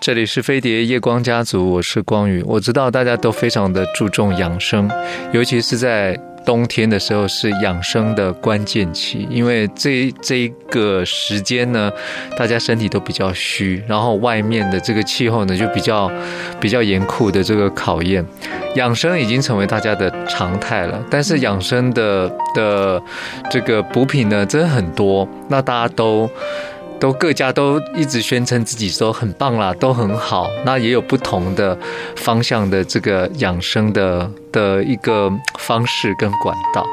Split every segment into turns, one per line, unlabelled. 这里是飞碟夜光家族，我是光宇。我知道大家都非常的注重养生，尤其是在冬天的时候是养生的关键期，因为这这一个时间呢，大家身体都比较虚，然后外面的这个气候呢就比较比较严酷的这个考验。养生已经成为大家的常态了，但是养生的的这个补品呢，真的很多，那大家都。都各家都一直宣称自己都很棒啦，都很好。那也有不同的方向的这个养生的的一个方式跟管道。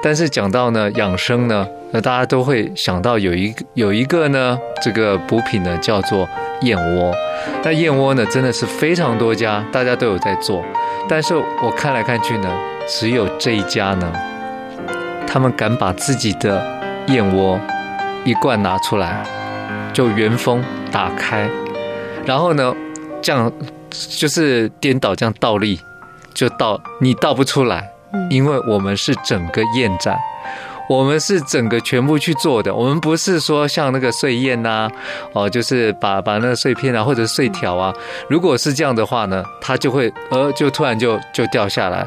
但是讲到呢养生呢，那大家都会想到有一个有一个呢这个补品呢叫做燕窝。那燕窝呢真的是非常多家，大家都有在做。但是我看来看去呢，只有这一家呢，他们敢把自己的燕窝。一罐拿出来，就原封打开，然后呢，这样就是颠倒这样倒立，就倒你倒不出来，因为我们是整个宴展，我们是整个全部去做的，我们不是说像那个碎燕呐、哦，就是把把那个碎片啊或者碎条啊，如果是这样的话呢，它就会呃就突然就就掉下来。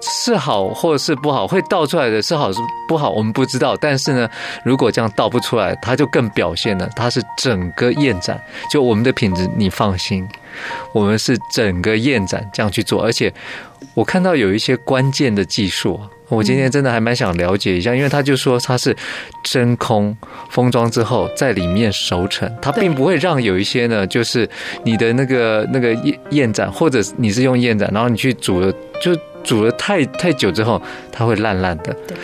是好或是不好，会倒出来的是好是不好，我们不知道。但是呢，如果这样倒不出来，它就更表现了，它是整个燕展，就我们的品质，你放心，我们是整个燕展这样去做。而且我看到有一些关键的技术啊，我今天真的还蛮想了解一下，因为他就说它是真空封装之后在里面熟成，它
对
并不会让有一些呢，就是你的那个那个燕燕盏，或者你是用燕盏，然后你去煮了，就煮了太太久之后，它会烂烂的
对，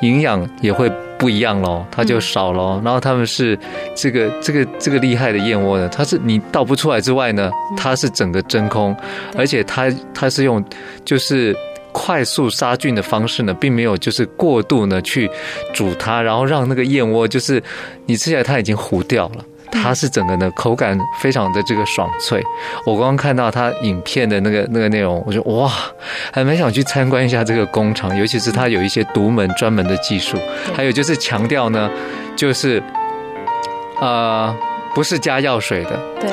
营养也会不一样喽，它就少喽。
嗯
然后他们是这个这个这个厉害的燕窝呢，它是你倒不出来之外呢，
嗯
它是整个真空，而且它它是用就是。快速杀菌的方式呢，并没有就是过度呢去煮它，然后让那个燕窝就是你吃起来它已经糊掉了，它是整个呢口感非常的这个爽脆。我刚刚看到它影片的那个那个内容，我就哇，还蛮想去参观一下这个工厂，尤其是它有一些独门专门的技术，还有就是强调呢，就是呃不是加药水的，
对，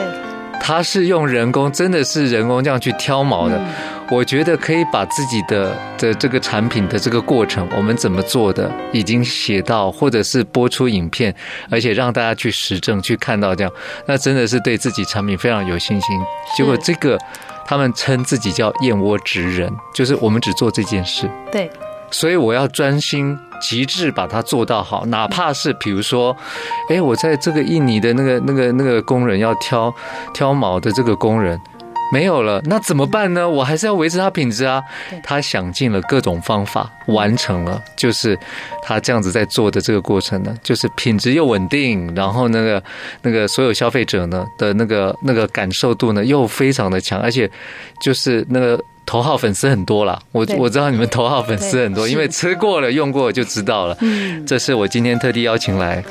它是用人工，真的是人工这样去挑毛的。
嗯
我觉得可以把自己的的这个产品的这个过程，我们怎么做的，已经写到或者是播出影片，而且让大家去实证去看到这样，那真的是对自己产品非常有信心。结果这个他们称自己叫燕窝职人，就是我们只做这件事。
对，
所以我要专心极致把它做到好，哪怕是比如说，哎，我在这个印尼的那个那个那个工人要挑挑毛的这个工人没有了，那怎么办呢？我还是要维持它品质啊
对。
他想尽了各种方法，完成了，就是他这样子在做的这个过程呢，就是品质又稳定，然后那个那个所有消费者呢的那个那个感受度呢又非常的强，而且就是那个头号粉丝很多啦。我
对
我知道你们头号粉丝很多，
对
因为吃过了用过就知道了。
嗯，
这是我今天特地邀请来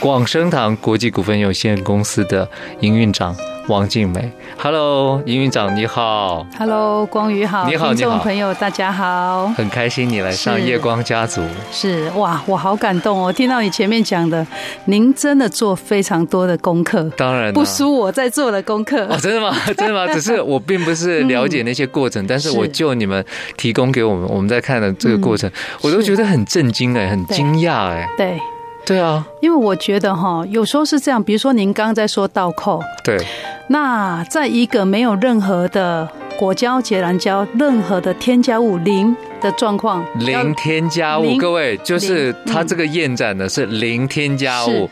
广生堂国际股份有限公司的营运长王静梅。Hello，营运长你好，
Hello，光宇好，
你好
听
你
众
好
朋友大家好，
很开心你来上
是
夜光家族。
是哇，我好感动哦！听到你前面讲的，您真的做非常多的功课，
当然啦
不输我在做的功课
哦，。真的吗？ 真的吗？只是我并不是了解那些过 程，但是我
是嗯
就你们提供给我们我们在看的这个过程，我都
是
觉得很震惊哎、很
对
惊讶哎，
对，
对啊，
因为我觉得哈，有时候是这样，比如说您刚刚在说倒扣，
对，
那在一个没有任何的果胶、结兰胶、任何的添加物零的状况，要
零添加物，
零
各位就是
零
它
嗯
这个燕盏呢是零添加物
是，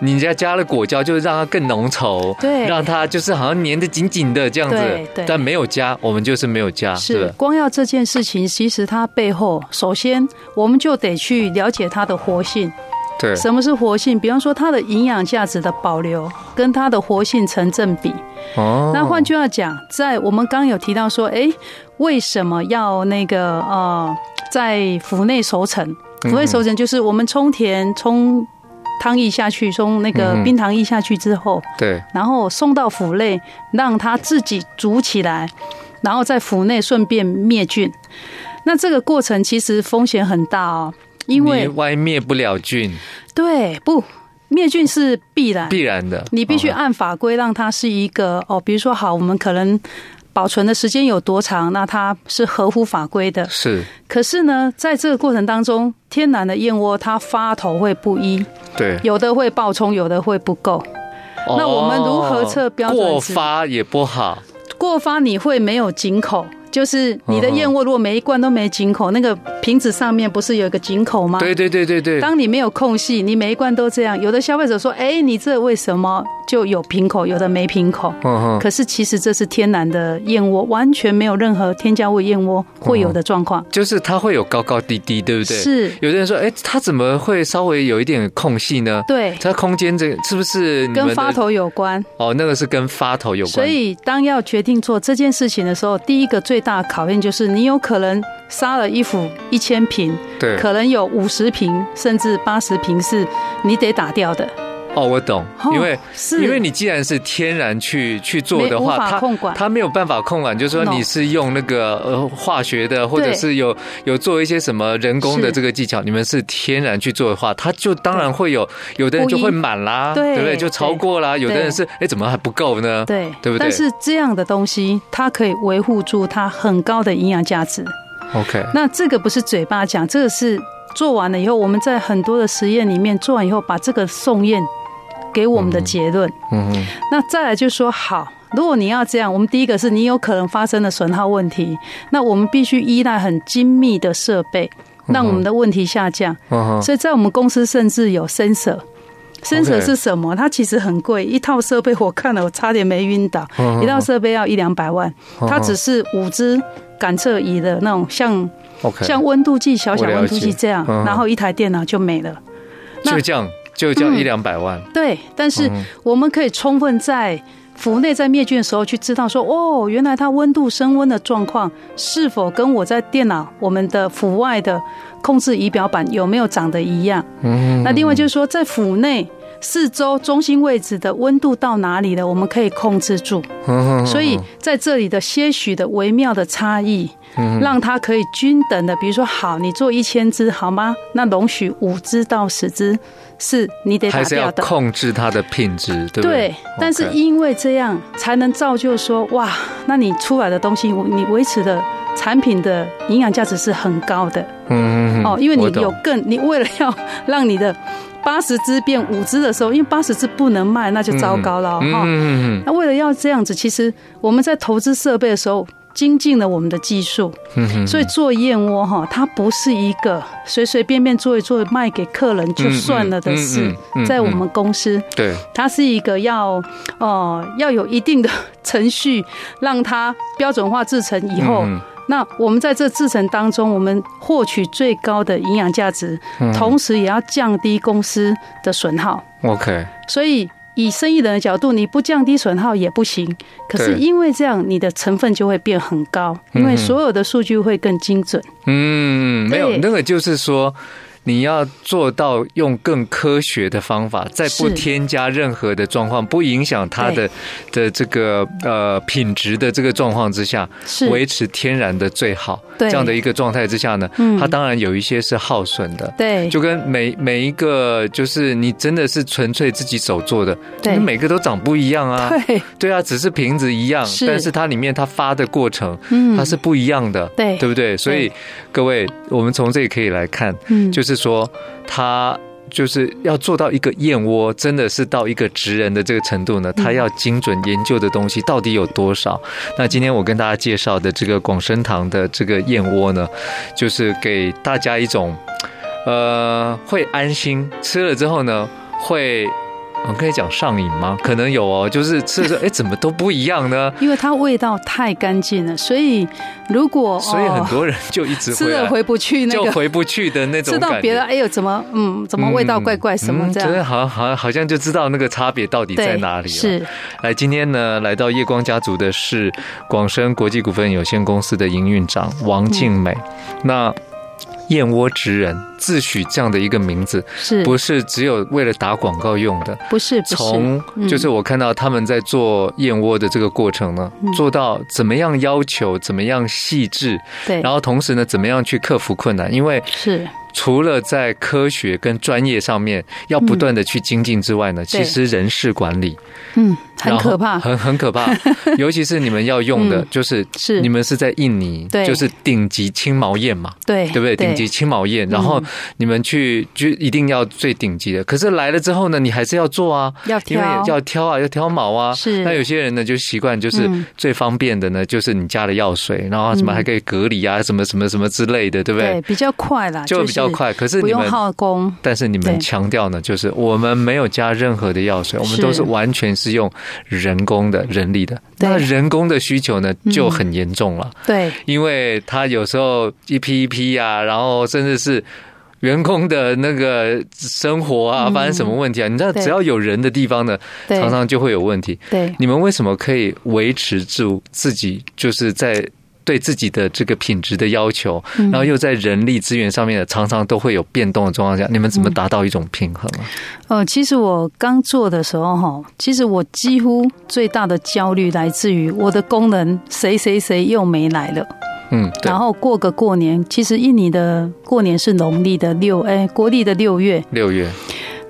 你家加了果胶就让它更浓稠，
对
让它就是好像粘得紧紧的这样
对
子
对，
但没有加，我们就是没有加，
是
吧
光要这件事情，其实它背后，首先我们就得去了解它的活性。
对，
什么是活性？比方说它的营养价值的保留跟它的活性成正比。
哦
那换句话讲，在我们刚刚有提到说，诶，为什么要那个呃，在府内熟成？
嗯
府内熟成就是我们冲甜冲。汤液下去，冲那个
嗯嗯
冰糖液下去之后，
对，
然后送到府内，让它自己煮起来，然后在府内顺便灭菌。那这个过程其实风险很大哦，因为
你外灭不了菌，
对，不灭菌是必然，
必然的，哦
你必须按法规让它是一个哦，比如说好，我们可能保存的时间有多长，那它是合乎法规的。
是
可是呢，在这个过程当中，天然的燕窝它发头会不一，
对。
有的会爆冲，有的会不够。那我们如何测标准值
哦过发也不好，
过发你会没有井口，就是你的
嗯哼
燕窝如果每一罐都没井口，那个瓶子上面不是有一个井口吗？
对对对对对，
当你没有空隙，你每一罐都这样，有的消费者说：“哎，你这为什么就有瓶口，有的没瓶口
嗯？”哼，
可是其实这是天然的燕窝，完全没有任何添加物燕窝会有的状况。
就是它会有高高低低，对不对？。
是，
有的人说，哎，它怎么会稍微有一点空隙呢？
对，
它空间这个是不是你们
跟
的
发头有关。
哦，那个是跟发头有关，
所以当要决定做这件事情的时候，第一个最大的考验就是你有可能杀了一幅一千瓶，
对
可能有五十瓶甚至八十瓶是你得打掉的，
哦，我懂，
哦
因为
是
因为你既然是天然去去做的话，
没无法
它
控管
它没有办法控啊管，就是说
No
你是用那个呃化学的，或者
对
是有有做一些什么人工的
是
这个技巧，你们是天然去做的话，它就当然会有有的人
不一
就会满啦，
对
不对？就超过啦，有的人是哎怎么还不够呢？
对，
对不对
但是这样的东西，它可以维护住它很高的营养价值。
，OK，
那这个不是嘴巴讲，这个是做完了以后，我们在很多的实验里面做完以后，把这个送验给我们的结论。
嗯哼，
那再来就说好。如果你要这样，我们第一个是你有可能发生的损耗问题，那我们必须依赖很精密的设备，让我们的问题下降。
嗯哼，
所以在我们公司甚至有 sensor。sensor 是什么？它其实很贵，一套设备我看了，我差点没晕倒。
嗯
一套设备要一两百万，它只是五只感测仪的那种，像
OK，
像温度计、小小
我了解
温度计这样，
嗯
然后一台电脑就没了。那
就这样就这样
嗯
一两百万，
对，但是
嗯
我们可以充分在腹内在灭菌的时候去知道说，哦，原来它温度升温的状况是否跟我在电脑我们的腹外的控制仪表板有没有长得一样。
嗯
那另外就是说，在腹内四周中心位置的温度到哪里了，我们可以控制住。
嗯哼，
所以在这里的些许的微妙的差异，
嗯
让它可以均等的，比如说，好，你做一千只好吗？那容许五只到十只是你得打
还是
掉
要
的。
控制它的品质，对不对
对？，但是
OK
因为这样才能造就说，哇，那你出来的东西，你维持的产品的营养价值是很高的。
嗯嗯嗯
哦，因为你
我懂
有更，你为了要让你的八十只变五只的时候，因为八十只不能卖，那就糟糕了
嗯
哈、哦。
嗯嗯
那为了要这样子，其实我们在投资设备的时候。精进了我们的技术，
嗯嗯，
所以做燕窝哈，它不是一个随随便便做一做卖给客人就算了
嗯
的
嗯
事
嗯嗯嗯。
在我们公司，
对，
它是一个要呃要有一定的 程序，让它标准化制成以后，
嗯
那我们在这制成当中，我们获取最高的营养价值，
嗯
同时也要降低公司的损耗。
OK，
所以以生意人的角度，你不降低损耗也不行。可是
对
因为这样，你的成分就会变很高，因为所有的数据会更精准。
嗯，没有
对
那个就是说。你要做到用更科学的方法，在不
是
添加任何的状况，不影响它的的这个呃品质的这个状况之下，
是
维持天然的最好。
对
这样的一个状态之下呢，
嗯
它当然有一些是耗损的，
对
就跟每每一个就是你真的是纯粹自己手做的，
对
你每个都长不一样啊。
对，
对啊，只是瓶子一样，
是
但是它里面它发的过程，
嗯
它是不一样的，
对
对不对？所以各位，我们从这里可以来看，
嗯
就是说它。就是要做到一个燕窝，真的是到一个职人的这个程度呢，
嗯
他要精准研究的东西到底有多少？那今天我跟大家介绍的这个广生堂的这个燕窝呢，就是给大家一种，呃，会安心吃了之后呢，会。我们可以讲上瘾吗？可能有哦，就是吃的时候，哎，怎么都不一样呢？
因为它味道太干净了，所以如果
所以很
哦、
多人就一直
吃
回来
了，回不去那
就
个。
回不去的那种
吃
感觉。
到别的，哎呦，怎么，嗯，怎么味道怪怪，什么这
嗯，
样
真的好像好像好像就知道那个差别到底
对，
在哪里了。啊
是
来，今天呢，来到夜光家族的是广生国际股份有限公司的营运长王静美。
嗯
那燕窝职人自诩这样的一个名字，
是，
不是只有为了打广告用的。
不是不是，
从
嗯
就是我看到他们在做燕窝的这个过程呢，
嗯
做到怎么样要求，怎么样细致，
对
然，后同时呢，怎么样去克服困难？因为
是
除了在科学跟专业上面要不断的去精进之外呢，其实人事管理
嗯，很可
然
怕，
后很很可 怕，尤其是你们要用的
嗯，
就是
是
你们是在印尼，
对
就是顶级青毛雁嘛。
对嗯
对不对？顶级青毛雁，然后你们去就一定要最顶级的。可是来了之后呢，你还是要做啊，
要
因为
挑
要挑啊，要挑毛啊。
是
那有些人呢就习惯，就是
嗯
最方便的呢，就是你加了药水，然后什么
嗯
还可以隔离啊，什么什么什么之类的，对不
对
对？
比较快啦，
就比较，快。可是
不
你
用
们。
耗工，
但是你们
对
强调呢，就是我们没有加任何的药水，我们
是
都是完全是用人工的、人力的。
对
那人工的需求呢
嗯
就很严重了，
对
因为它有时候一批一批呀、然后甚至是员工的那个生活啊，
嗯
发生什么问题啊？你知道，
对
只要有人的地方呢，
对
常常就会有问题。
对，
你们为什么可以维持住自己，就是在对自己的这个品质的要求，
嗯
然后又在人力资源上面呢，常常都会有变动的状况下，你们怎么达到一种平衡啊？
呃，其实我刚做的时候哈，其实我几乎最大的焦虑来自于我的工人谁谁谁又没来了，
嗯，对
然，后过个过年，其实印尼的过年是农历的六哎国历的六月，
六月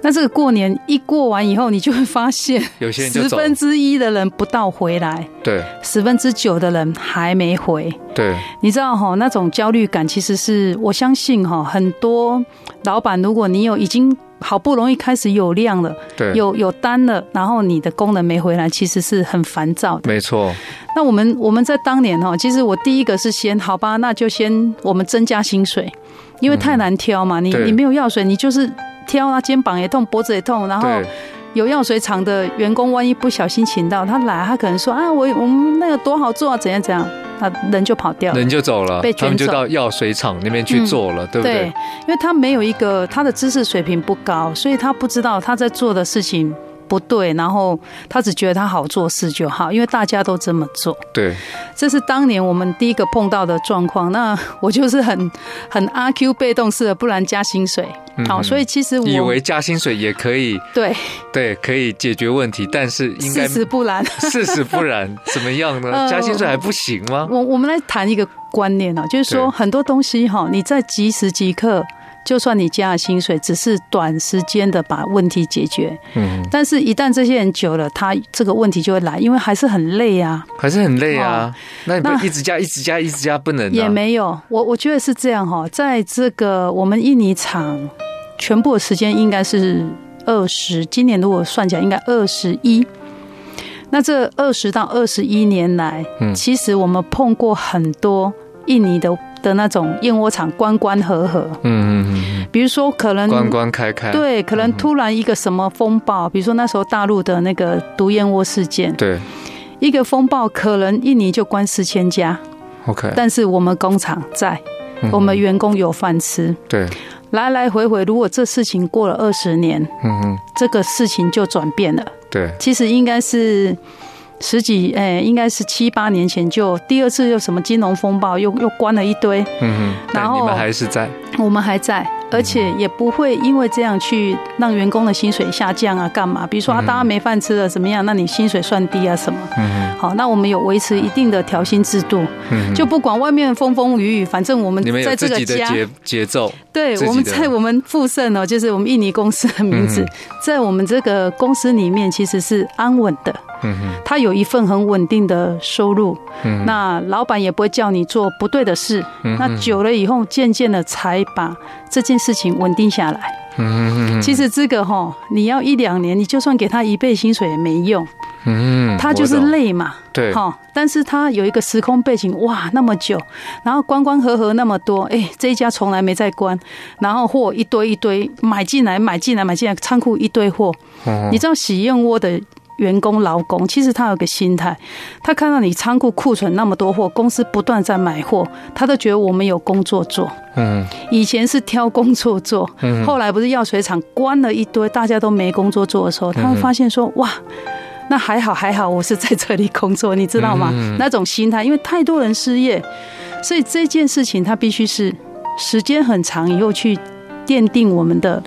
那这个过年一过完以后，你就会发现
有些人就
十
走，
分之一的人不到回来，
对
十分之九的人还没回。
对，
你知道哈、那种焦虑感其实是我相信哈、很多老板，如果你有已经好不容易开始有量了，
对，
有有单了，然后你的功能没回来，其实是很烦躁的。
没错，
那我们我们在当年哈、其实我第一个是先好吧，那就先我们增加薪水，因为
嗯
太难挑嘛，你
对
你没有药水，你就是挑啊，肩膀也痛，脖子也痛，然后
对
有药水厂的员工，万一不小心请到他来，他可能说啊，我我们那个多好做啊，怎样怎样，他人就跑掉了。
人就走了
被，
他
卷
们就
走
到药水厂那边去
嗯
做了，对不对？
因为他没有一个他的知识水平不高，所以他不知道他在做的事情不对，然后他只觉得他好做事就好，因为大家都这么做。
对，
这是当年我们第一个碰到的状况。那我就是很很阿 Q 被动式的，不然加薪水。
嗯
好，所以其实我
以为加薪水也可以，
对
对，可以解决问题，但是应该
事 实不然。
事实不 然，怎么样呢？
呃
加薪水还不行吗？
我我们来谈一个观念啊，就是
对
说很多东西哈，你在即时即刻，就算你加了薪水，只是短时间的把问题解决，
嗯，
但是一旦这些人久了，他这个问题就会来，因为还是很累啊，
还是很累啊。那你不
那
一直加，一直加，一直加，不能、啊、
也没有。我我觉得是这样哈，在这个我们印尼厂全部的时间应该是二十，今年如果算起来应该二十一。那这二十到二十一年来，
嗯
其实我们碰过很多印尼的的那种燕窝厂关关合合，
嗯，嗯嗯
比如说可能
嗯，关关开开，
对，可能
嗯
突然一个什么风暴，比如说那时候大陆的那个毒燕窝事件，
对
一个风暴可能印尼就关四千家，
，OK，
但是我们工厂在，
嗯
我们员工有饭吃，
对，
来来回回，如果这事情过了二十年，
嗯嗯，
这个事情就转变了。
对，
其实应该是十几，哎，应该是七八年前就第二次又什么金融风暴，又又关了一堆，
嗯嗯，但
然后
你们还是在，
我们还在，而且也不会因为这样去让员工的薪水下降啊，干嘛？比如说啊，大家没饭吃了怎么样？那你薪水算低啊什么？
嗯
好，那我们有维持一定的调薪制度，
嗯嗯，
就不管外面风风雨雨，反正我们
你们有
在
自
这个
己的
家，
节节奏，
对
自己，的
我们在我们富盛哦， 就是我们印尼公司的名字
嗯，
在我们这个公司里面其实是安稳的，
嗯
他有一份很稳定的收入，
嗯嗯，
那老板也不会叫你做不对的事，
嗯
那，久了以后，渐渐的才把这件事情稳定下来。
嗯嗯嗯嗯，
其实这个哈，你要一两年，你就算给他一倍薪水也没用，
嗯，
他就是
我懂，
累嘛。
对，
哈，但是他有一个时空背景，哇，那么久，然后关关合合那么多，哎，这一家从来没在关，然后货一堆一堆买进来，买进来，买进来，仓库一堆货，
嗯
你知道喜燕窝的员工、劳工，其实他有个心态，他看到你仓库库存那么多货，公司不断在买货，他都觉得我们有工作做。
嗯
以前是挑工作做，后来不是药水厂关了一堆，大家都没工作做的
嗯
时候，他会发现说哇。那还好，还好，我是在这里工作，你知道吗？
嗯
那种心态，因为太多人失业，所以这件事情它必须是时间很长以后去奠定我们的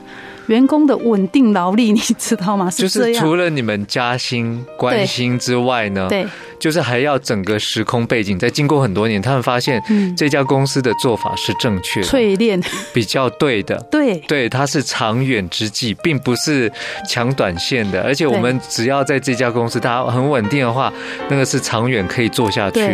员工的稳定劳力，你知道吗？
就是
这
是
样，
除了你们加薪关心之外呢，
对
就是还要整个时空背景，在经过很多年，他们发现
嗯，
这家公司的做法是正确的，
淬炼，
比较对的。
对，
对，它是长远之计，并不是抢短线的。而且我们只要在这家公司，它很稳定的话，那个是长远可以做下去的。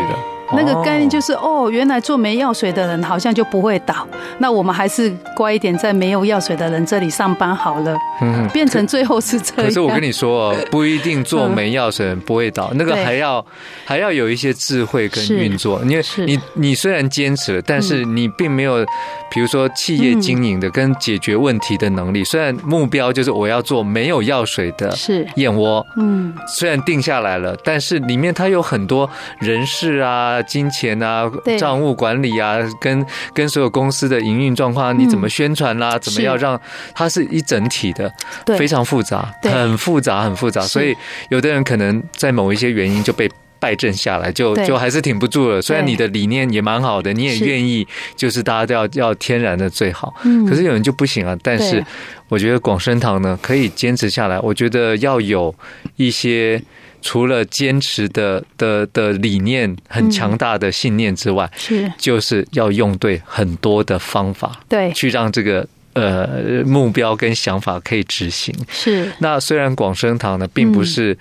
那个概念就是是哦，原来做没药水的人好像就不会倒，那我们还是乖一点，在没有药水的人这里上班好了，
嗯。
变成最后是这样。
可是我跟你说哦，不一定做
嗯
没药水人不会倒，那个
对
还要还要有一些智慧跟
是
运作。因为
是嗯
你你虽然坚持了，但是你并没有，比如说企业经营的跟解决问题的能力。虽然目标就是我要做没有药水的
是，
燕窝，
嗯，
虽然定下来了，但是里面它有很多人事啊、金钱啊
对、
账务管理啊，跟跟所有公司的营运状况，你怎么宣传啦、怎么
嗯是
要让它是一整体的，
对，
非常复杂，
对
很复杂，很复杂。
是
所以有的人可能在某一些原因就被。败阵下来就
对
就还是挺不住了。虽然
对
你的理念也蛮好的，你也
是
愿意，就是大家都要要天然的最好。
嗯
可是有人就不行啊。但是
对
我觉得广生堂呢可以坚持下来，我觉得要有一些除了坚持的的的理念很强大的信念之外，
是，
就是要用对很多的方法
对，
去让这个。呃，目标跟想法可以执行。
是，
那虽然广生堂呢，并不是、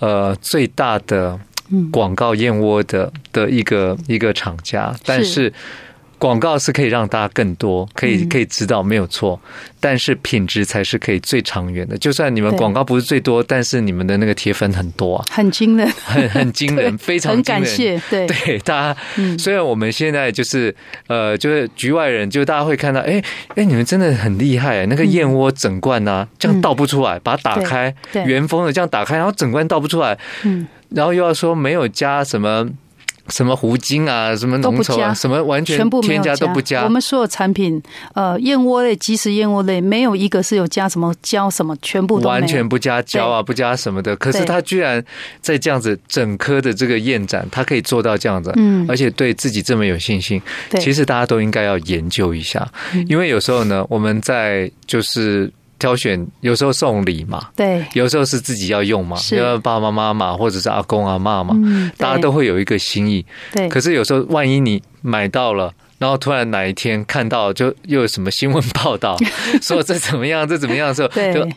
呃最大的
嗯，
广告燕窝的的一个一个厂家，但是广告是可以让大家更多可以
嗯
可以知道没有错，但是品质才是可以最长远的。就算你们
对
广告不是最多，但是你们的那个铁粉很多 啊，
很惊人，
很很惊人，非常
很
惊人。
感谢，对，
对大家，
嗯，
虽然我们现在就是呃，就是局外人，就大家会看到，哎、哎、你们真的很厉害，那个
嗯
燕窝整罐呐、这样
嗯
倒不出来，把它打
对
开，
对，
原封的这样打开，然后整罐倒不出来，
嗯，
然后又要说没有加什么什么糊精啊，什么
都不
浓稠啊，
加
什么完全
全部没
添
有
加都不加
我，们所有产品，呃，燕窝类、即食燕窝类，没有一个是有加什么胶什么，全部都没有
完全不加胶啊，不加什么的。可是
对
他居然在这样子整颗的这个燕盏，他可以做到这样子。啊
嗯，
而且对自己这么有信心，
对
其实大家都应该要研究一下，
嗯
因为有时候呢，我们在就是挑选，有时候送礼嘛，
对，
有时候是自己要用嘛，
是
要爸爸妈妈嘛，或者是阿公阿妈嘛，
嗯，
大家
对
都会有一个心意。
对，
可是有时候万一你买到了。然后突然哪一天看到就又有什么新闻报道 说这怎么样这怎么样的时候，
对
就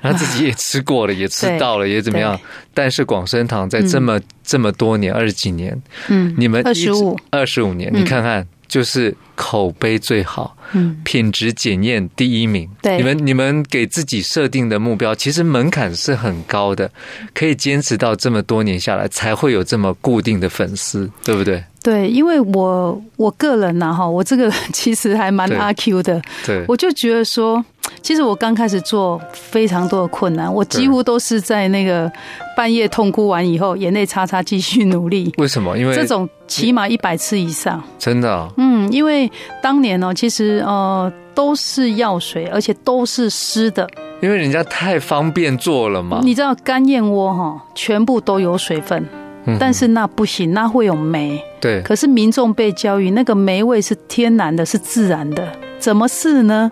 然后自己也吃过了，也吃到了，也怎么样
对？
但是广生堂在
嗯
这么、这么多年二十几年，
嗯，
你们
二十五，
二十五年，
嗯
你看看就是口碑最好，
嗯，
品质检验第一名。
对
你们你们给自己设定的目标，其实门槛是很高的，可以坚持到这么多年下来，才会有这么固定的粉丝，对不对？
对，因为我我个人呐、哈，我这个人其实还蛮
对
阿 Q 的，
对，
我就觉得说，其实我刚开始做非常多的困难，我几乎都是在那个半夜痛哭完以后，眼泪擦擦，继续努力。
为什么？因为
这种起码一百次以上，
真的啊、
嗯，因为当年呢、其实呃都是药水，而且都是湿的。
因为人家太方便做了嘛。
你知道干燕窝哈、全部都有水分，
嗯
但是那不行，那会有霉。
对，
可是民众被教育，那个霉味是天然的，是自然的，怎么是呢？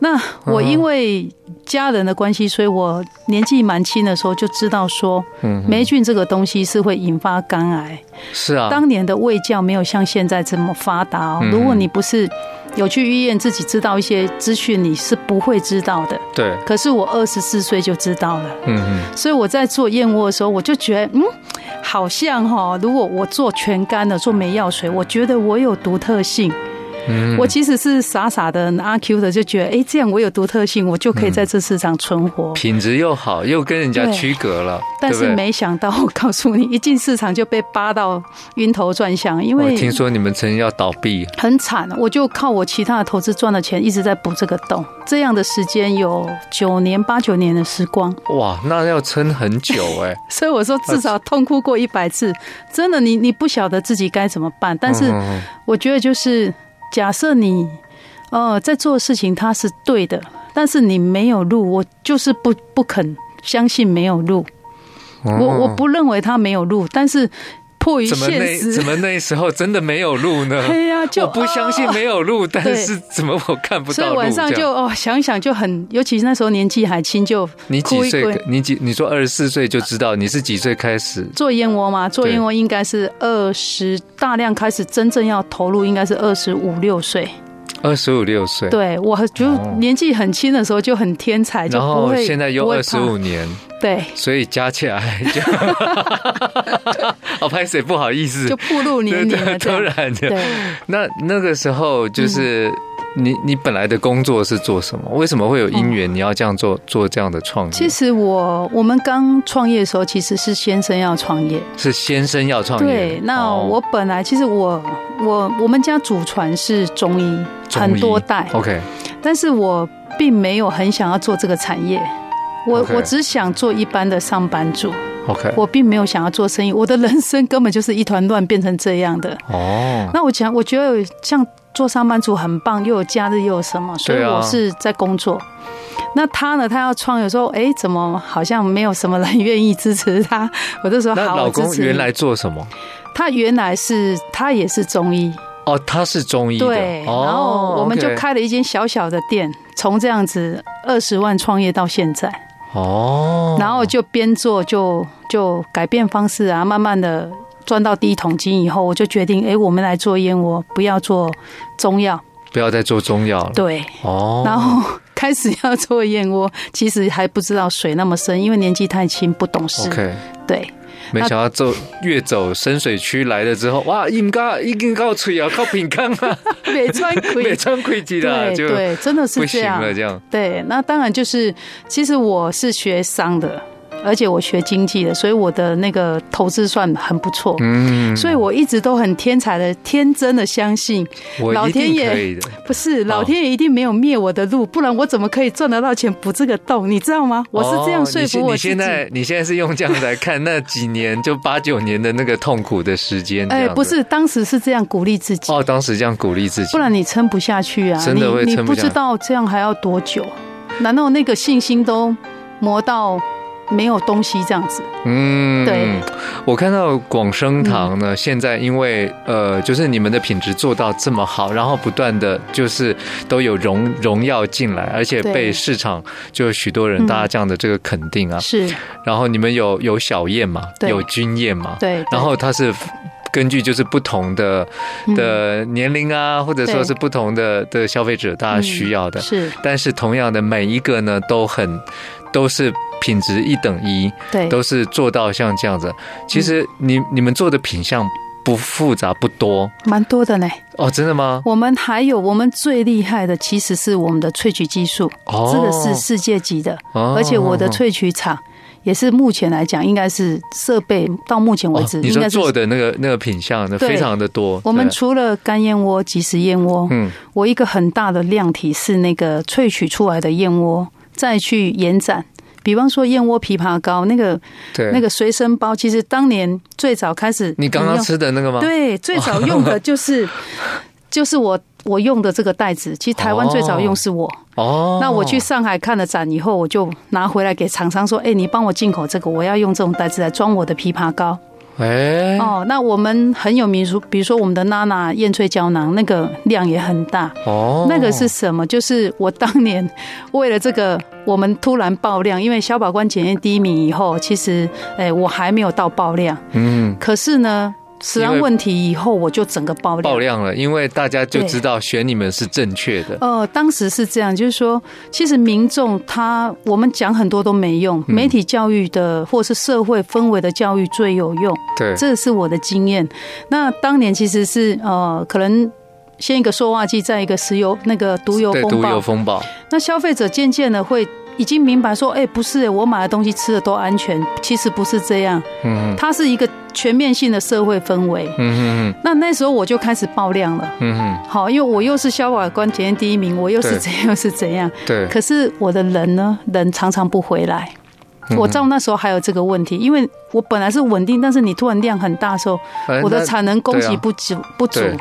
那我因为家人的关系，所以我年纪蛮轻的时候就知道说，
嗯，
霉菌这个东西是会引发肝癌。
是啊，
当年的卫教没有像现在这么发达哦
嗯，
如果你不是有去医院自己知道一些资讯，你是不会知道的。
对，
可是我二十四岁就知道了。
嗯嗯，
所以我在做燕窝的时候，我就觉得，嗯，好像哈、如果我做全干的，做没药水，我觉得我有独特性。
嗯
我其实是傻傻的很阿 Q 的，就觉得，哎、这样我有独特性，我就可以在这市场存活。
品质又好，又跟人家区隔了，
但
对
是
不对
没想到，我告诉你，一进市场就被扒到晕头转向，因
我
为
听说你们曾经要倒闭，
很惨。我就靠我其他的投资赚的钱，一直在补这个洞。这样的时间有九年、八九年的时光。
哇，那要撑很久哎、
所以我说，至少痛哭过一百次，真的你，你不晓得自己该怎么办。但是
嗯
我觉得，就是假设你，呃，在做的事情它是对的，但是你没有路，我就是不不肯相信没有路。
嗯
我我不认为它没有路，但是迫于
怎么
现
那
实
怎。么那时候真的没有路呢？
对呀、就
我不相信
啊
没有路，但
对
是怎么我看不
所以
到路？
晚上
这样
就哦想一想就很，尤其是那时候年纪还轻，就
你几
哭一
岁
哭？
你几？你说二十四岁就知道你是几岁开始？
做燕窝嘛，做燕窝应该是二十大量开始真正要投入，应该是二十五六岁。
二十五六岁，
对我就
哦
年纪很轻的时候就很天才，就
然
不
后
会
现在又
不会
二
怕
十五年，
对，
所以加起来 就， 好拍谁不好意思
就，步入年龄了。
突
这样
然的。
对，嗯
那那个时候就是。你你本来的工作是做什么？为什么会有因缘你要这样做做这样的创业？
哦其实我我们刚创业的时候，其实是先生要创业。
是先生要创业。
对，那
哦
我本来其实我我我们家祖传是中医，
中医哦
很多代，
OK
但是我并没有很想要做这个产业。我
OK
我只想做一般的上班族，
OK
我并没有想要做生意，我的人生根本就是一团乱，变成这样的。
哦，
那我讲，我觉得像做上班族很棒，又有假日又有什么，所以
对啊
我是在工作。那他呢？他要创，有时候哎，怎么好像没有什么人愿意支持他？我就说
那
好，
老
我支
公
持你
原来做什么？
他原来是他也是中医，
哦，他是中医的，
对，
哦
然后我们就
OK
开了一间小小的店，从这样子二十万创业到现在，
哦，
然后就边做就就改变方式啊，慢慢的赚到第一桶金以后，我就决定哎，我们来做燕窝，不要做中药，
不要再做中药了，
对，
哦，
然后开始要做燕窝，其实还不知道水那么深，因为年纪太轻，不懂事。
OK，
对，
没想到走越走深水区来了之后，哇，应该已经到嘴啊，靠饼干 啊，
没 穿
没
盔。
穿盔机啦，
对
啊就
对，真的
不
是这
行
样。
了，这样
对，那当然就是，其实我是学商的，而且我学经济的，所以我的那个投资算很不错。
嗯，
所以我一直都很天才的、天真的相信，
我
老
一定
天爷
可以的，
不是老天爷一定没有灭我的路，不然我怎么可以赚得到钱补这个洞？你知道吗？我是这样说服
哦
我
你
自
现你现
己。
在你现在是用这样来看那几年，就八九年的那个痛苦的时间，这
哎，
样子
不是，当时是这样鼓励自己。
哦，当时这样鼓励自己，
不然你撑不下去啊！
真的会
你你
撑不
不
下去
知道这样还要多久？难道那个信心都磨到没有东西这样子？
嗯，
对。嗯
我看到广生堂呢，现在因为呃，就是你们的品质做到这么好，然后不断的就是都有荣荣耀进来，而且
对
被市场就有许多人
嗯
大家这样的这个肯定啊。
是
然后你们有有小宴嘛，
对
有军宴嘛，
对，对
然后它是。根据就是不同的
嗯
的年龄啊，或者说
对
是不同的的消费者，大家需要的，
是
但是同样的每一个呢都很都是品质一等一，
对，
都是做到像这样子。其实
嗯
你你们做的品相不复杂不多
蛮多的呢。
哦，真的吗？
我们还有我们最厉害的其实是我们的萃取技术，
哦，
这个是世界级的，
哦，
而且我的萃取厂。也是目前来讲，应该是设备到目前为止，
哦你
应
说
该是
做的那个那个品相呢，
对
非常的多。
我们
对
除了干燕窝、即食燕窝，
嗯
我一个很大的量体是那个萃取出来的燕窝，再去延展。比方说燕窝枇杷膏，那个
对
那个随身包，其实当年最早开始，
你刚刚吃的那个吗？，
对，最早 用的就是就是我我用的这个袋子，其实台湾最早用是我。
哦，
那我去上海看了展以后，我就拿回来给厂商说：“哎、你帮我进口这个，我要用这种袋子来装我的枇杷膏。
哎，
哦，那我们很有名，比如说我们的娜娜燕萃胶囊，那个量也很大。
哦，
那个是什么？就是我当年为了这个，我们突然爆量，因为消保官检验第一名以后，其实哎、我还没有到爆量，
嗯。
可是呢，食安问题以后我就整个爆
爆
量。
量了，因为大家就
对
知道选你们是正确的。
呃，当时是这样，就是说，其实民众他我们讲很多都没用，
嗯
媒体教育的或是社会氛围的教育最有用。
对，
这是我的经验。那当年其实是呃，可能先一个塑化剂，再一个石油那个毒油
对
风
毒
暴
油，风暴，
那消费者渐渐的会。已经明白说，哎、不是、我买的东西吃的都安全，其实不是这样，
嗯
它是一个全面性的社会氛围。
嗯嗯
那那时候我就开始爆量了，
嗯嗯，
好，因为我又是消保官检验第一名，我又是
对
怎样是怎样，
对，
可是我的人呢，人常常不回来。
嗯
我到那时候还有这个问题，因为我本来是稳定，但是你突然量很大的时候，
哎
我的
那
产能供
对
给
啊
不足不足
对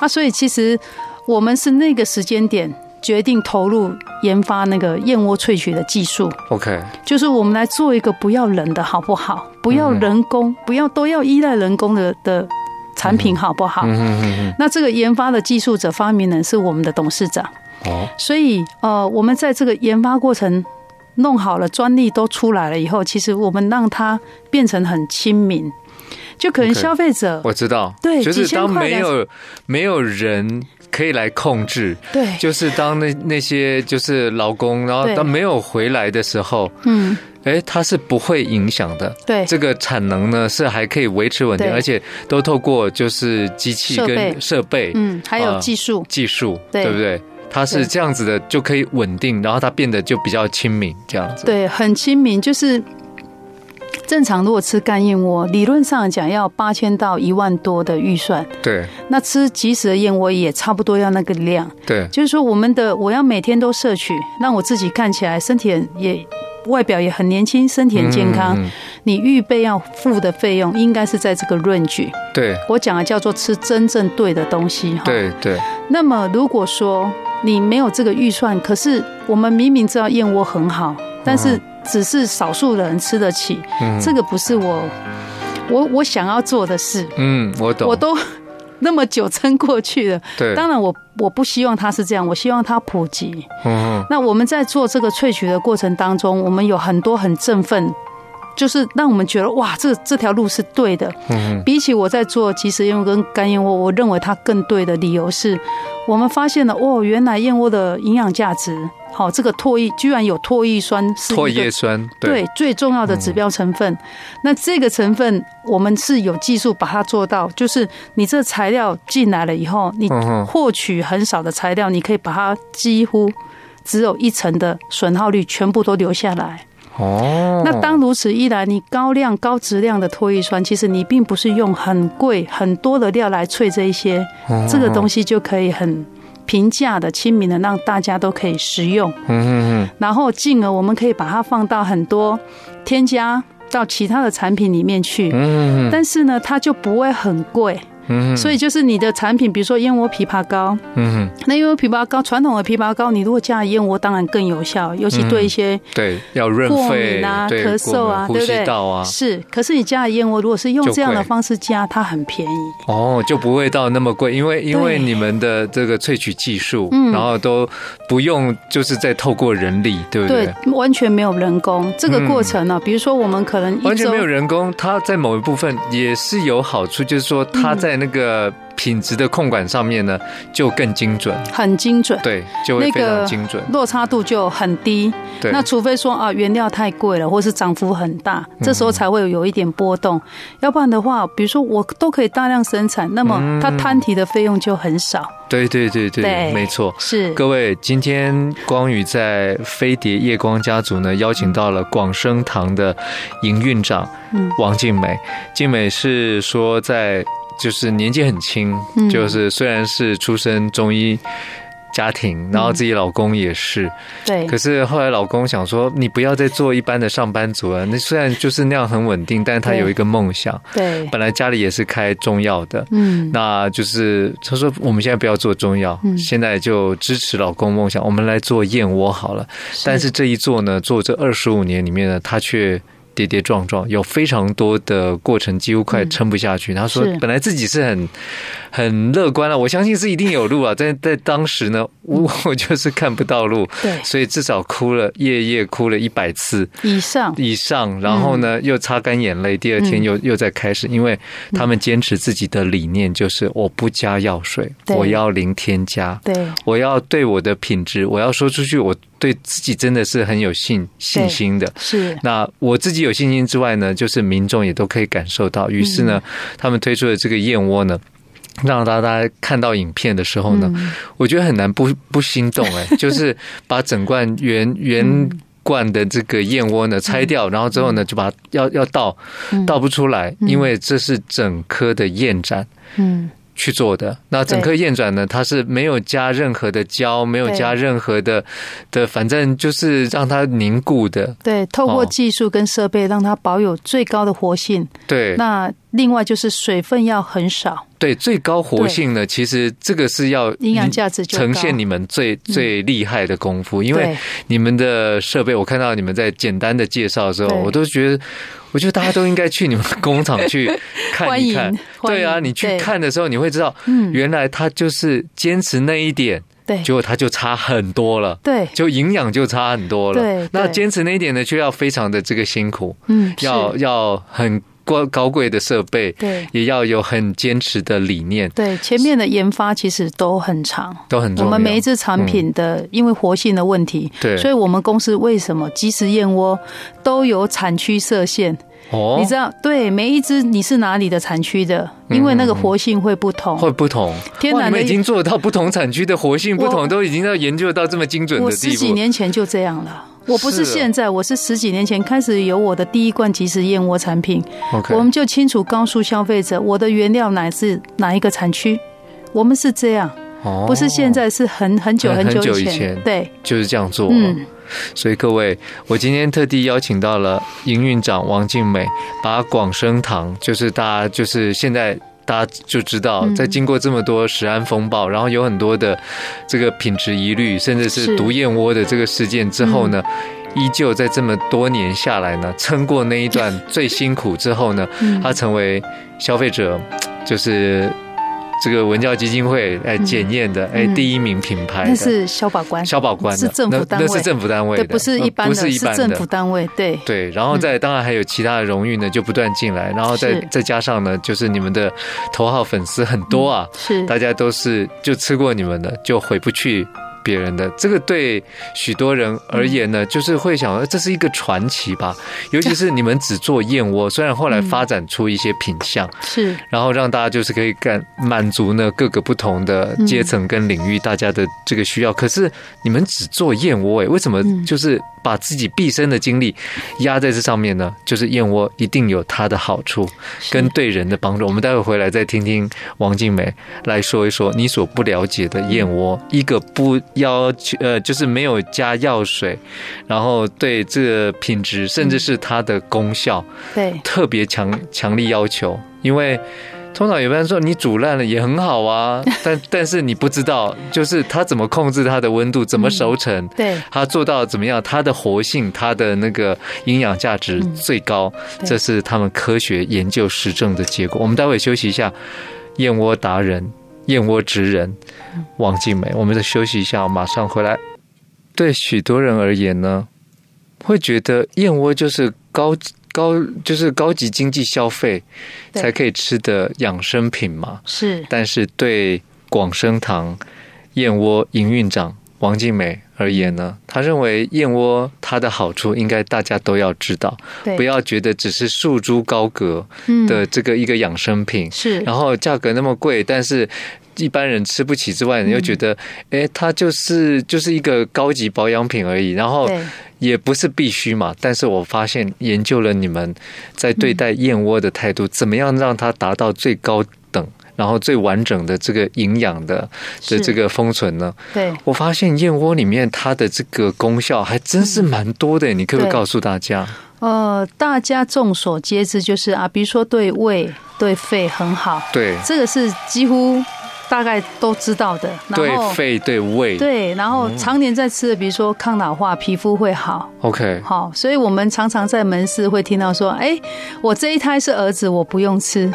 啊，所以其实我们是那个时间点决定投入研发那个燕窝萃取的技术，
OK，
就是我们来做一个不要人的好不好？不要
嗯
人工，不要都要依赖人工的的产品好不好？
嗯哼哼
那这个研发的技术者、发明人是我们的董事长，
哼，哦，
所以呃，我们在这个研发过程弄好了，专利都出来了以后，其实我们让它变成很亲民，就可能
OK
消费者
我知道，
对
就是
几千
当
块
没
两
有没有人可以来控制，
对，
就是当那那些就是劳工，然后
对
当没有回来的时候，
嗯，
哎，它是不会影响的。
对，
这个产能呢是还可以维持稳定，
对
而且都透过就是机器
设备
跟设备
嗯，还有
啊
技术，
技术，
对
对不对？它是
对
这样子的就可以稳定，然后它变得就比较亲民这样子。
对，很亲民，就是正常如果吃干燕窝，理论上讲要八千到一万多的预算，
对
那吃即食的燕窝也差不多要那个量，
对
就是说我们的我要每天都摄取，让我自己看起来身体很也。外表也很年轻，身体很健康。
嗯嗯
你预备要付的费用应该是在这个 range。
嗯对
我讲的叫做吃真正对的东西哈。
对对，
那么如果说你没有这个预算，可是我们明明知道燕窝很好，但是只是少数人吃得起，
嗯
这个不是我我我想要做的事，
嗯，我懂，
我都 那么久撑过去了。
对，
当然我，我不希望它是这样，我希望它普及。
嗯嗯
那我们在做这个萃取的过程当中，我们有很多很振奋，就是让我们觉得哇，这这条路是对的。
嗯
比起我在做即食燕窝跟干燕窝，我认为它更对的理由是，我们发现了哦，原来燕窝的营养价值，好、这个唾液居然有唾液酸是
嗯
一个
唾液嗯酸，
对最重要的指标成分。那这个成分我们是有技术把它做到，就是你这材料进来了以后，你
嗯哼
获取很少的材料，你可以把它几乎。只有一成的损耗率全部都留下来。
哦，
那当如此一来，你高量、高质量的脱衣酸，其实你并不是用很贵、很多的料来萃这一些，
啊
这个东西就可以很平价的、亲民的，让大家都可以食用。
嗯嗯
然后进而我们可以把它放到很多添加到其他的产品里面去。
嗯
但是呢，它就不会很贵，
嗯
所以就是你的产品，比如说燕窝枇杷膏，
嗯嗯，
那燕窝枇杷膏传统的枇杷膏，你如果加了燕窝，当然更有效，尤其对一些
对，要润
过
肺
敏啊、
对
咳嗽啊，
过敏呼吸
对不对？
道啊，
是，可是你加了燕窝，如果是用
就
这样的
贵
方式加，它很便宜。
哦，就不会到那么贵，因为因为你们的这个萃取技术，
嗯
然后都不用就是再透过人力，对不对？嗯
对，完全没有人工。这个过程呢、比如说我们可能一
完全
周
没有人工，它在某一部分也是有好处，就是说它在那个品质的控管上面呢，就更精准，
很精准，
对，就会非常精准，
落差度就很低。
对，
那除非说啊原料太贵了，或是涨幅很大，
嗯
这时候才会有一点波动。要不然的话，比如说我都可以大量生产，那
嗯
么它摊提的费用就很少。
对对对对，
对
没错。
是，
各位，今天光宇在飞碟夜光家族呢，邀请到了广生堂的营运长
嗯
王静美。静美是说在就是年纪很轻，
嗯
就是虽然是出身中医家庭，然后自己老公也是，
对
可是后来老公想说，你不要再做一般的上班族了。那虽然就是那样很稳定，但是他有一个梦想，
对，
本来家里也是开中药的，
嗯，
那就是她说我们现在不要做中药，
嗯
现在就支持老公梦想，我们来做燕窝好了。但是这一做呢，做这二十五年里面呢，她却。跌跌撞撞，有非常多的过程，几乎快撑不下去。她说
嗯是，
本来自己是很很乐观啊了、我相信是一定有路啊。但在当时呢，我 我就是看不到路，
对
所以至少哭了，夜夜哭了一百次
以上
以上。然后
嗯
呢，又擦干眼泪，第二天又、又再开始，因为他们坚持自己的理念，就是我不加药水，
对
我要零添加，
对
我要对我的品质，我要说出去，我对自己真的是很有信信心的。
是，
那我自己有信心之外呢，就是民众也都可以感受到。于是呢，
嗯
他们推出的这个燕窝呢，让大家看到影片的时候呢，
嗯
我觉得很难不不心动哎、 就是把整罐原
嗯
原罐的这个燕窝呢拆掉，然后之后呢就把它要要倒
嗯
倒不出来，
嗯
因为这是整颗的燕盏。
嗯，
去做的。那整颗燕盏呢，它是没有加任何的胶，没有
对
加任何的的，反正就是让它凝固的。
对，透过
哦
技术跟设备让它保有最高的活性。
对
那另外就是水分要很少，
对，最高活性呢，其实这个是要
营养价值就高嗯
呈现你们最最厉害的功夫，因为
对
你们的设备，我看到你们在简单的介绍的时候，
对
我都觉得，我觉得大家都应该去你们工厂 去看一
欢
看
迎。欢迎
对啊，你去
对
看的时候，你会知道，
嗯，
原来他就是坚持那一点，
对
结果他就差很多了。
对，
就营养就差很多了，
对
那
对
坚持那一点呢，就要非常的这个辛苦，
嗯，
要
是
要很高高贵的设备，
对
也要有很坚持的理念，
对，前面的研发其实都很长。
都很
我
重要。嗯
们每一只产品的，因为活性的问题，
对，
所以我们公司为什么即食燕窝都有产区设限？
哦，嗯
你知道，对，每一只你是哪里的产区的，因为那个活性会不同。
会不同，
天
哇，
然
你
的
们已经做到不同产区的活性不同，
我
都已经要研究到这么精准
我
的
十
地
几
步。
年前就这样了。我不是
嗯是啊
现在，我是十几年前开始有我的第一罐即食燕窝产品，
OK，
我们就清楚告诉消费者我的原料乃是哪一个产区。我们是这样，
哦嗯
不是现，在，是很很久
很
很
很久
久
以
以
前哦
前。对，
就是这样做。
嗯，
所以各位，我今天特地邀请到了营运长王静美，把广生堂，就是大家就是现在。大家就知道，
嗯
在经过这么多食安风暴，然后有很多的这个品质疑虑，甚至是
是
毒燕窝的这个事件之后呢，依旧在这么多年下来呢，撑过那一 段最辛苦之后呢，
嗯
他成为消费者，就是这个文教基金会哎检验的哎
嗯
第一名品牌的，
那是消保官，
消保官的
是政府单
那
位
那是政府单位
对，
的，嗯
不是一般
不
的，
是一般
政
的
府。单位。对，
对，然后再当然还有其他的荣誉呢，就不断进来，然后再
是
再加上呢，就是你们的头号粉丝很多啊，
是
大家都是就吃过你们的，就回不去别人的。这个对许多人而言
嗯
呢，就是会想呃这是一个传奇吧，尤 其是你们只做燕窝，虽然后来发展出一些品相，
是，
然后让大家就是可以感满足呢各个不同的
嗯
阶层跟领域大家的这个需要。可是你们只做燕窝欸诶，为什么
嗯
就是把自己毕生的精力压在这上面呢？就是燕窝一定有它的好处
是
跟对人的帮助。我们待会回来再听听王静梅来说一说你所不了解的燕窝，一个不要求呃就是没有加药水，然后对这个品质甚
嗯
至是它的功效。
对，
特别强强力要求，因为通常有般人说你煮烂了也很好啊，但 但是你不知道，就是它怎么控制它的温度，怎么熟成，
对，
它做到怎么样，它的活性，它的那个营养价值
嗯
最高，
对
这是他们科学研究实证的结果。我们待会休息一下，燕窝达人、燕窝职人
嗯
王静美，我们再休息一下，马上回来。对许多人而言呢，会觉得燕窝就是高高就是高级经济消费
对
才可以吃的养生品嘛。
是
但是对广生堂燕窝营运长王静美而言呢，他认为燕窝它的好处应该大家都要知道，
对，
不要觉得只是束诸高阁
嗯
的这个一个养生品，
是，
然后价格那么贵，但是。一般人吃不起之外，你又觉得，
嗯
诶，它就是就是一个高级保养品而已，然后
对，
也不是必须嘛。但是我发现研究了你们在对待燕窝的态度，怎么样让它达到最高等，然后最完整的这个营养的的
是
这个封存呢？
对。
我发现燕窝里面它的这个功效还真是蛮多的，你可不可以
对
告诉大家？
呃，大家众所皆知，就是啊，比如说对胃、对肺很好，
对，
这个是几乎大概都知道的。然后
对肺对胃
对，然
嗯
后常年在吃的，比如说抗老化，皮肤会好。
，OK，
好，所以我们常常在门市会听到说，哎，我这一胎是儿子，我不用吃。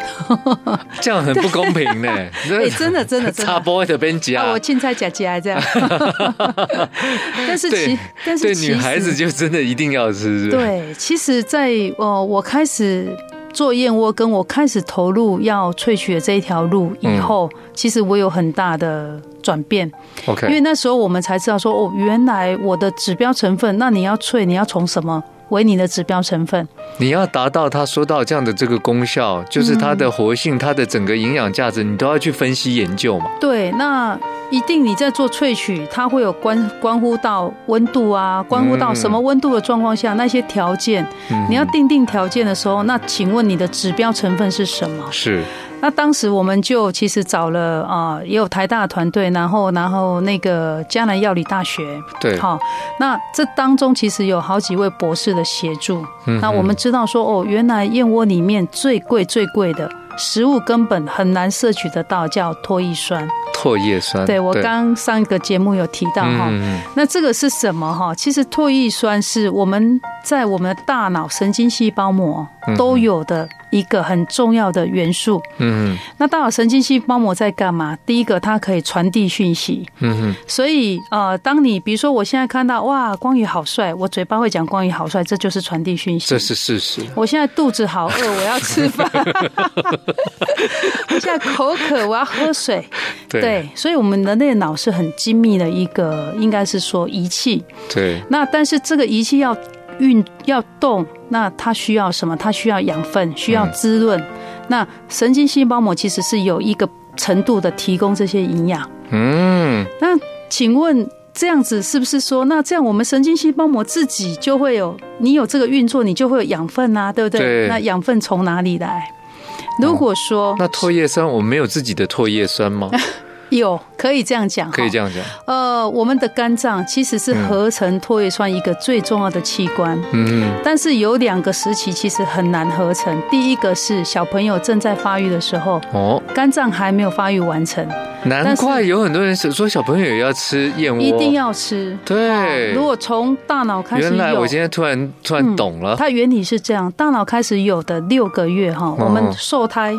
这样很不公平呢。
哎，真的，真的，真
插
的。
播的边夹
啊，我，青菜夹 夹这样。但是
对
其，但是
对
其
女孩
实
子就真的一定要吃，是不是，
对，其实在，呃我开始做燕窝，跟我开始投入要萃取的这一条路以后，
嗯
其实我有很大的转变，
，OK，
因为那时候我们才知道说，哦，原来我的指标成分，那你要萃，你要从什么为你的指标成分？
你要达到他说到这样的这个功效，就是它
嗯
的活性、它的整个营养价值，你都要去分析研究嘛。
对，那一定你在做萃取，它会有关关乎到温度啊，关乎到什么温度的状况下，那些条件，你要定定条件的时候，那请问你的指标成分是什么？
是
那当时我们就其实找了啊、也有台大的团队，然后然后那个江南药理大学，
对，
好，那这当中其实有好几位博士的协助。
嗯
那我们知道说，哦，原来燕窝里面最贵最贵的食物根本很难摄取得到，叫脱衣酸。
嗯唾液酸，
对我刚上一个节目有提到哈。
嗯
那这个是什么哈？其实唾液酸是我们在我们的大脑神经细胞膜都有的一个很重要的元素。
嗯
那大脑神经细胞膜在干嘛？第一个，它可以传递讯息，
嗯
所以呃，当你比如说我现在看到哇，光宇好帅，我嘴巴会讲光宇好帅，这就是传递讯息。
这是事实。
我现在肚子好饿，我要吃饭。我现在口渴，我要喝水。
对
所以我们人类脑是很精密的一个，应该是说仪器。
对
那但是这个仪器要运要动，那它需要什么？它需要养分，需要滋润。那神经细胞膜其实是有一个程度的提供这些营养。
嗯，
那请问这样子是不是说，那这样我们神经细胞膜自己就会有，你有这个运作，你就会有养分啊，对不对？
对
那养分从哪里来？如果说
那唾液酸，我们没有自己的唾液酸 吗？
有，可以这样讲，
可以这
样。
样讲。
呃，我们的肝脏其实是合成唾液酸一个最重要的器官，
嗯
但是有两个时期其实很难合成。第一个是小朋友正在发育的时候，
哦，
肝脏还没有发育完成，
难
但是
怪有很多人说小朋友也要吃燕窝，
一定要吃。
对。
如果从大脑开始有，嗯
原来我今天突然突然懂了，
它原理是这样：大脑开始有的六个月哈，
嗯
我们受胎、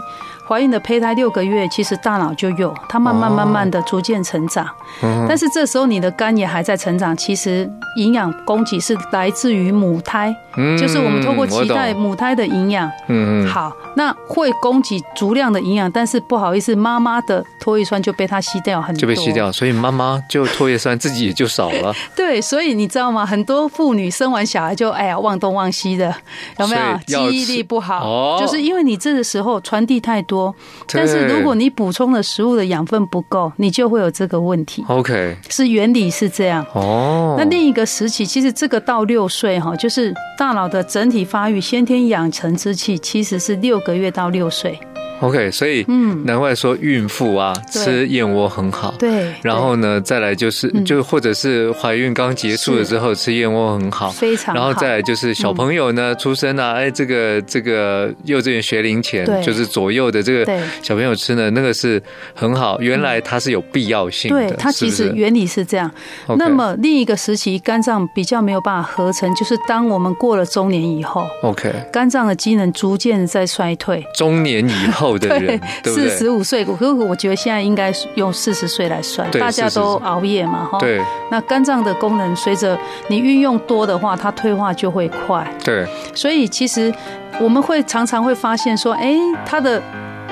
怀孕的胚胎六个月，其实大脑就有，它慢慢
哦
慢慢的逐渐成长。
嗯
但是这时候你的肝也还在成长，其实营养供给是来自于母胎，
嗯
就是我们透过
我
脐
懂
带母胎的营养。
嗯嗯
好，那会供给足量的营养，但是不好意思，妈妈的唾液酸就被它吸掉很多，
就被吸。掉，所以妈妈就唾液酸自己也就少了，
对，所以你知道吗？很多妇女生完小孩就哎呀忘东忘西的，有没有？
所以要吃
记忆力不 好，
哦
就是因为你这个时候传递太多。
对
但是如果你补充的食物的养分不够，你就会有这个问题。
OK
是原理是这样。
哦，
那另一个时期，其实这个到六岁哈，就是大脑的整体发育、先天养成之气，其实是六个月到六岁。
OK，所以
嗯，
难怪说孕妇啊
对
吃燕窝很好。
对。
然后呢，再来就是
嗯
就或者是怀孕刚结束了之后吃燕窝很好
对。非常
然
好。嗯
后再来就是小朋友呢，出生啊，哎，这个这个幼稚园学龄前，
对
就是左右的这个
对嗯
小朋友吃呢，那个是很好。原来它是有必要性的，
对，它其
是
实
不是
原理是这样。
OK
那么另一个时期，肝脏比较没有办法合成，就是当我们过了中年以后，
OK，
肝脏的机能逐渐在衰退。
中年以后的人，对不
四十
对？
五岁，可是我觉得现在应该是用四十岁来算，
对
大家
40
都熬夜嘛，哈。。
对
那肝脏的功能随着你运用多的话，它退化就会快。
对，
所以其实我们会常常会发现说，哎，它的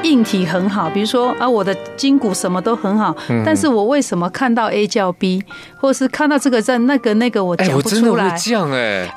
硬体很好，比如说啊，我的筋骨什么都很好，
嗯
但是我为什么看到 A 叫 B，或者是看到这个在那个那个我
哎，
讲
我
不
真的
出
会
来？
这样哎，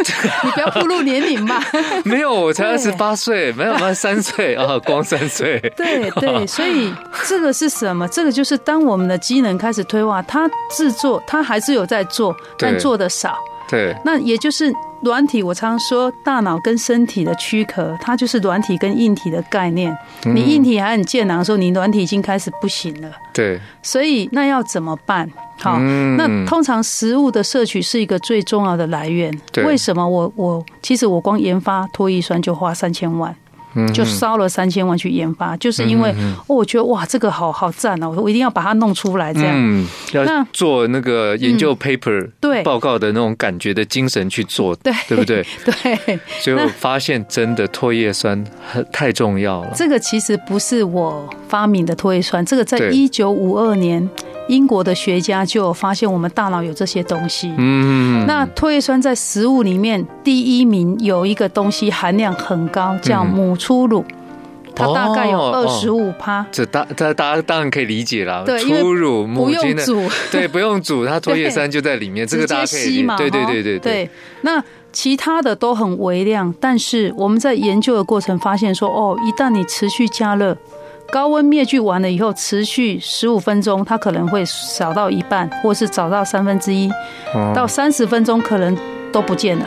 你不要暴露年龄嘛。
没有，我才二
对
十八岁，没有，没有三岁 啊，光三岁，
对对，所以这个是什么？这个就是当我们的机能开始退化，它制作它还是有在做，但
对
做的少。
对，
那也就是软体，我常说大脑跟身体的躯壳，它就是软体跟硬体的概念。你硬体还很健朗的时候，你软体已经开始不行了，
对，
所以那要怎么办？好，
嗯
那通常食物的摄取是一个最重要的来源。
对
为什么我我其实我光研发脱衣酸就花三千万，
嗯
就烧了三千万去研发，就是因为、哦，我觉得哇，这个好好赞哦，我一定要把它弄出来这样。
嗯，要
那嗯
做那个研究 paper
对
报告的那种感觉的精神去做，
对
对不 对？
对，
所以我发现真的唾液酸很太重要了。
这个其实不是我发明的唾液酸，这个在
对
一九五二年，英国的学家就有发现我们大脑有这些东西。
嗯，
那唾液酸在食物里面第一名有一个东西含量很高，叫母初乳，它大概有
嗯哦
二
哦
十五趴，
这大大大家当然可以理解啦，
对因为
初乳
不
母
用
亲的。
煮，
对，不用煮， 它唾液酸就在里面， 这
直
个大家
接
可以理
吸嘛。
对对
哈
对对对，
对。那其他的都很微量，但是我们在研究的过程发现说，哦，一旦你持续加热，高温灭菌完了以后，持续十五分钟，它可能会少到一
哦
半，或是少到三分之一，到三十分钟可能都不见了。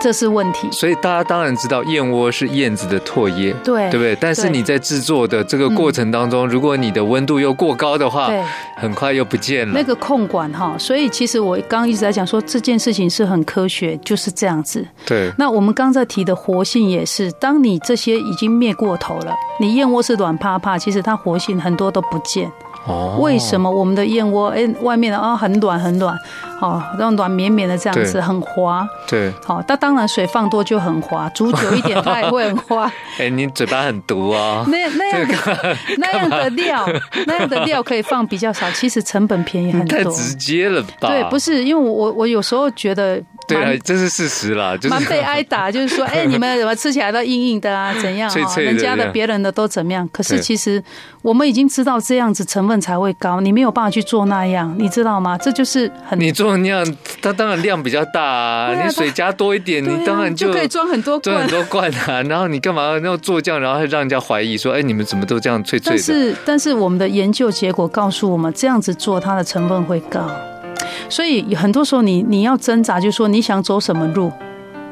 这是问题。
所以大家当然知道燕窝是燕子的唾液，
对
对不对？但是
对
你在制作的这个过程当中，如果你的温度又过高的话，
对，
很快又不见了。
那个控管哈，所以其实我刚刚一直在讲说这件事情是很科学，就是这样子。
对，
那我们刚才提的活性也是，当你这些已经灭过头了，你燕窝是软趴趴，其实它活性很多都不见。
哦
为什么我们的燕窝，哎、外面的啊很软很软，哦，那种软绵绵的这样子，
对
很滑。
对，
好、那当然水放多就很滑，煮久一点它也会很 滑。
哎，你嘴巴很毒啊、
那那样的那样的料，那样的料可以放比较少，其实成本便宜很
太
多。
直接了吧？
对，不
是，
是因为我我我有时候觉得
对啊
蛮，
这是事实啦，就是
蛮被挨打，就是说，哎、你们怎么吃起来都硬硬的啊？怎样
脆
啊？
脆的
人家
这
的、
样
别人的都怎么样？可是
对
其实我们已经知道这样子成分才会高，你没有办法去做那样，你知道吗？这就是 很
你做那样，它当然量比较大啊，
对啊
你水加多一点，
对啊
你当然
就可以装很多
装
罐
很。多罐 啊，然后你干嘛要做酱，然后还让人家怀疑说，哎，你们怎么都这样脆脆
但
的？
是，但是我们的研究结果告诉我们，这样子做它的成分会高，所以很多时候你你要挣扎，就是说你想走什么路，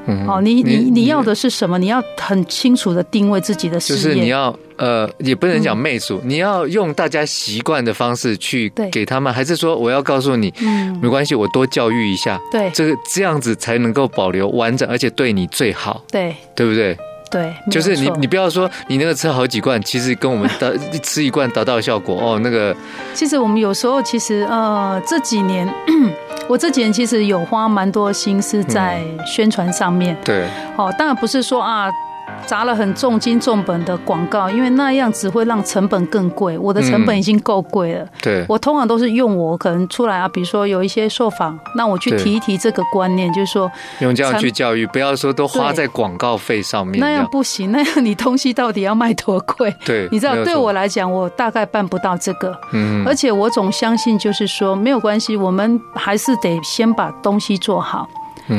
嗯
哦，你你你要的是什么？你要很清楚的定位自己的事
就
业，
是你要呃，也不能讲媚俗，你要用大家习惯的方式去
对
给他们，还是说我要告诉你，
嗯，
没关系，我多教育一下，
对
这个这样子才能够保留完整，而且对你最好，
对
对不对？
对，
就是
没
你
有错
你不要说你那个吃好几罐，其实跟我们达吃一罐达到的效果哦，那个
其实我们有时候其实呃这几年， 我这几年其实有花蛮多心思在
嗯
宣传上面。
对
哦，当然不是说啊。砸了很重金重本的广告，因为那样只会让成本更贵。我的成本已经够贵了，
对
我通常都是用我可能出来啊，比如说有一些受访，那我去
对
提一提这个观念，就是说
用这样
成
去教育，不要说都花
对
在广告费上面，
那
这
样不行，那样你东西到底要卖多贵？
对，
你知
嗯没
道，
有
对
错
我来讲，我大概办不到这个。
嗯
而且我总相信，就是说没有关系，我们还是得先把东西做好。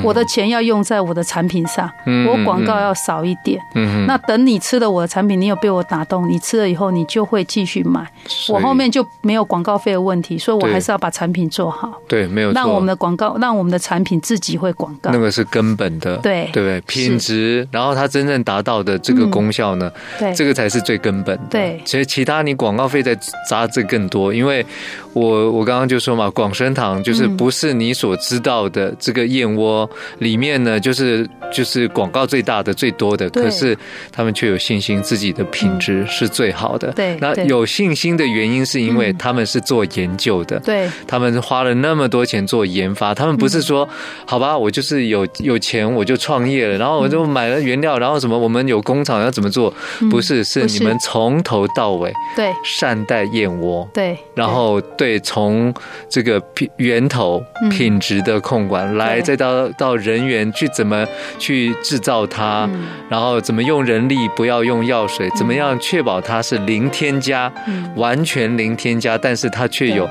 我的钱要用在我的产品上，
嗯
我广告要少一点。
嗯
那等你吃了我的产品，你有被我打动，你吃了以后，你就会继续买。
所
我
以
后面就没有广告费的问题，所以我
对
还是要把产品做好，
对没有错，
让我们的广告，让我们的产品自己会广告
那。个是根本的，
对
对不对？品质，然后它真正达到的这个功效呢，
嗯对
这个才是最根本的。
对
其实其他你广告费在砸这更多，因为我我刚刚就说嘛，广生堂就是
嗯
不是你所知道的这个燕窝里面呢，就是就是广告最大的、最多的，
对嗯
可是他们却有信心自己的品质是最好的。
对
那
对
有信心的原因是因为
嗯
他们是做研究的，
对
他们花了那么多钱做研发，他们不是
嗯
说、好吧，我就是有有钱我就创业了，然后我就买了原料，然后什么我们有工厂要怎么做？不是，是
不是
你们从头到尾
嗯对
善待燕窝，
对，
然后对从这个品源头
嗯
品质的控管来，
对
再到到人员去怎么去制造它，
嗯
然后怎么用人力，不要用药水，怎么样确保它是零添加。
嗯
完全零添加，但是它却有，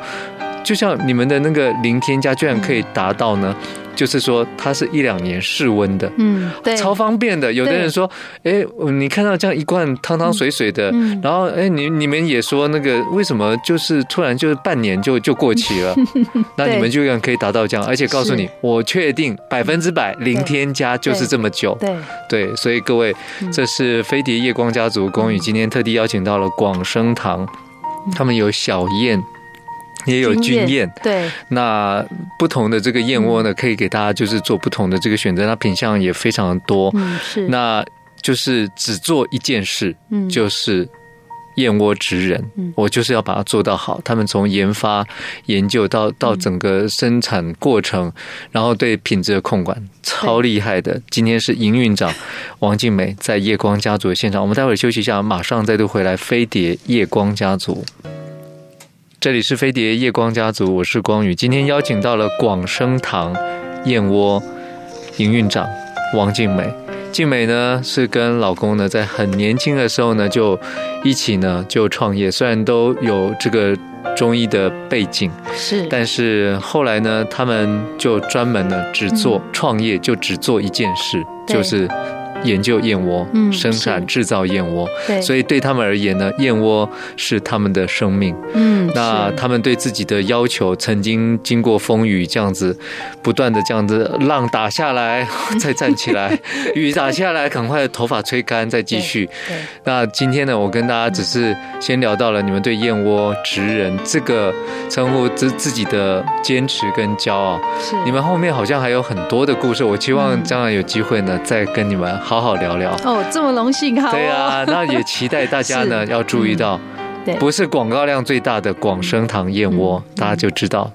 就像你们的那个零添加，居然可以达到呢，就是说它是一两年室温的。
嗯，对，
超方便的，有的人说，哎，你看到这样一罐汤汤水水的，
嗯嗯
然后哎，你你们也说那个为什么就是突然就是半年就就过期 了，那你们居然可以达到这样，而且告诉你
是，
我确定百分之百零
对
添加就是这么久，
对，
对，所以各位，这是飞碟夜光家族公寓，今天特地邀请到了广生堂，他们有小燕。也有
经
嗯军
验
宴，嗯
对
那不同的这个燕窝呢，可以给大家就是做不同的这个选择，那品相也非常多。
嗯是，
那就是只做一件事，
嗯
就是燕窝职人，
嗯
我就是要把它做到好。他们从研发、研究到到
嗯
整个生产过程，然后对品质的控管，超厉害的。今天是营运长王静美在夜光家族的现场，我们待会儿休息一下，马上再度回来。飞碟夜光家族。这里是飞碟夜光家族，我是光宇。今天邀请到了广生堂燕窝营运长王静美。静美呢是跟老公呢在很年轻的时候呢就一起呢就创业，虽然都有这个中医的背景，
是，
但是后来呢他们就专门呢只做创业，就只做一件事，
嗯对
就是研究燕窝，
嗯
生产
是
制造燕窝，
对，
所
以
以对他们而言呢，燕窝是他们的生命。
嗯，
那
是
他们对自己的要求，曾经经过风雨这样子，不断的这样子浪打下来， 再站起来，雨打下来，赶快头发吹干，再继续。
对
那今天呢，我跟大家只是先聊到了你们对燕窝职人这个称呼自自己的坚持跟骄傲。
是
你们后面好像还有很多的故事，我期望将来有机会呢，再跟你们好好聊聊。
哦，这么荣幸，好、哦，嗯
对啊，那也期待大家 呢要注意到，
对
不是广告量最大的广生堂燕窝，
嗯
大家就知道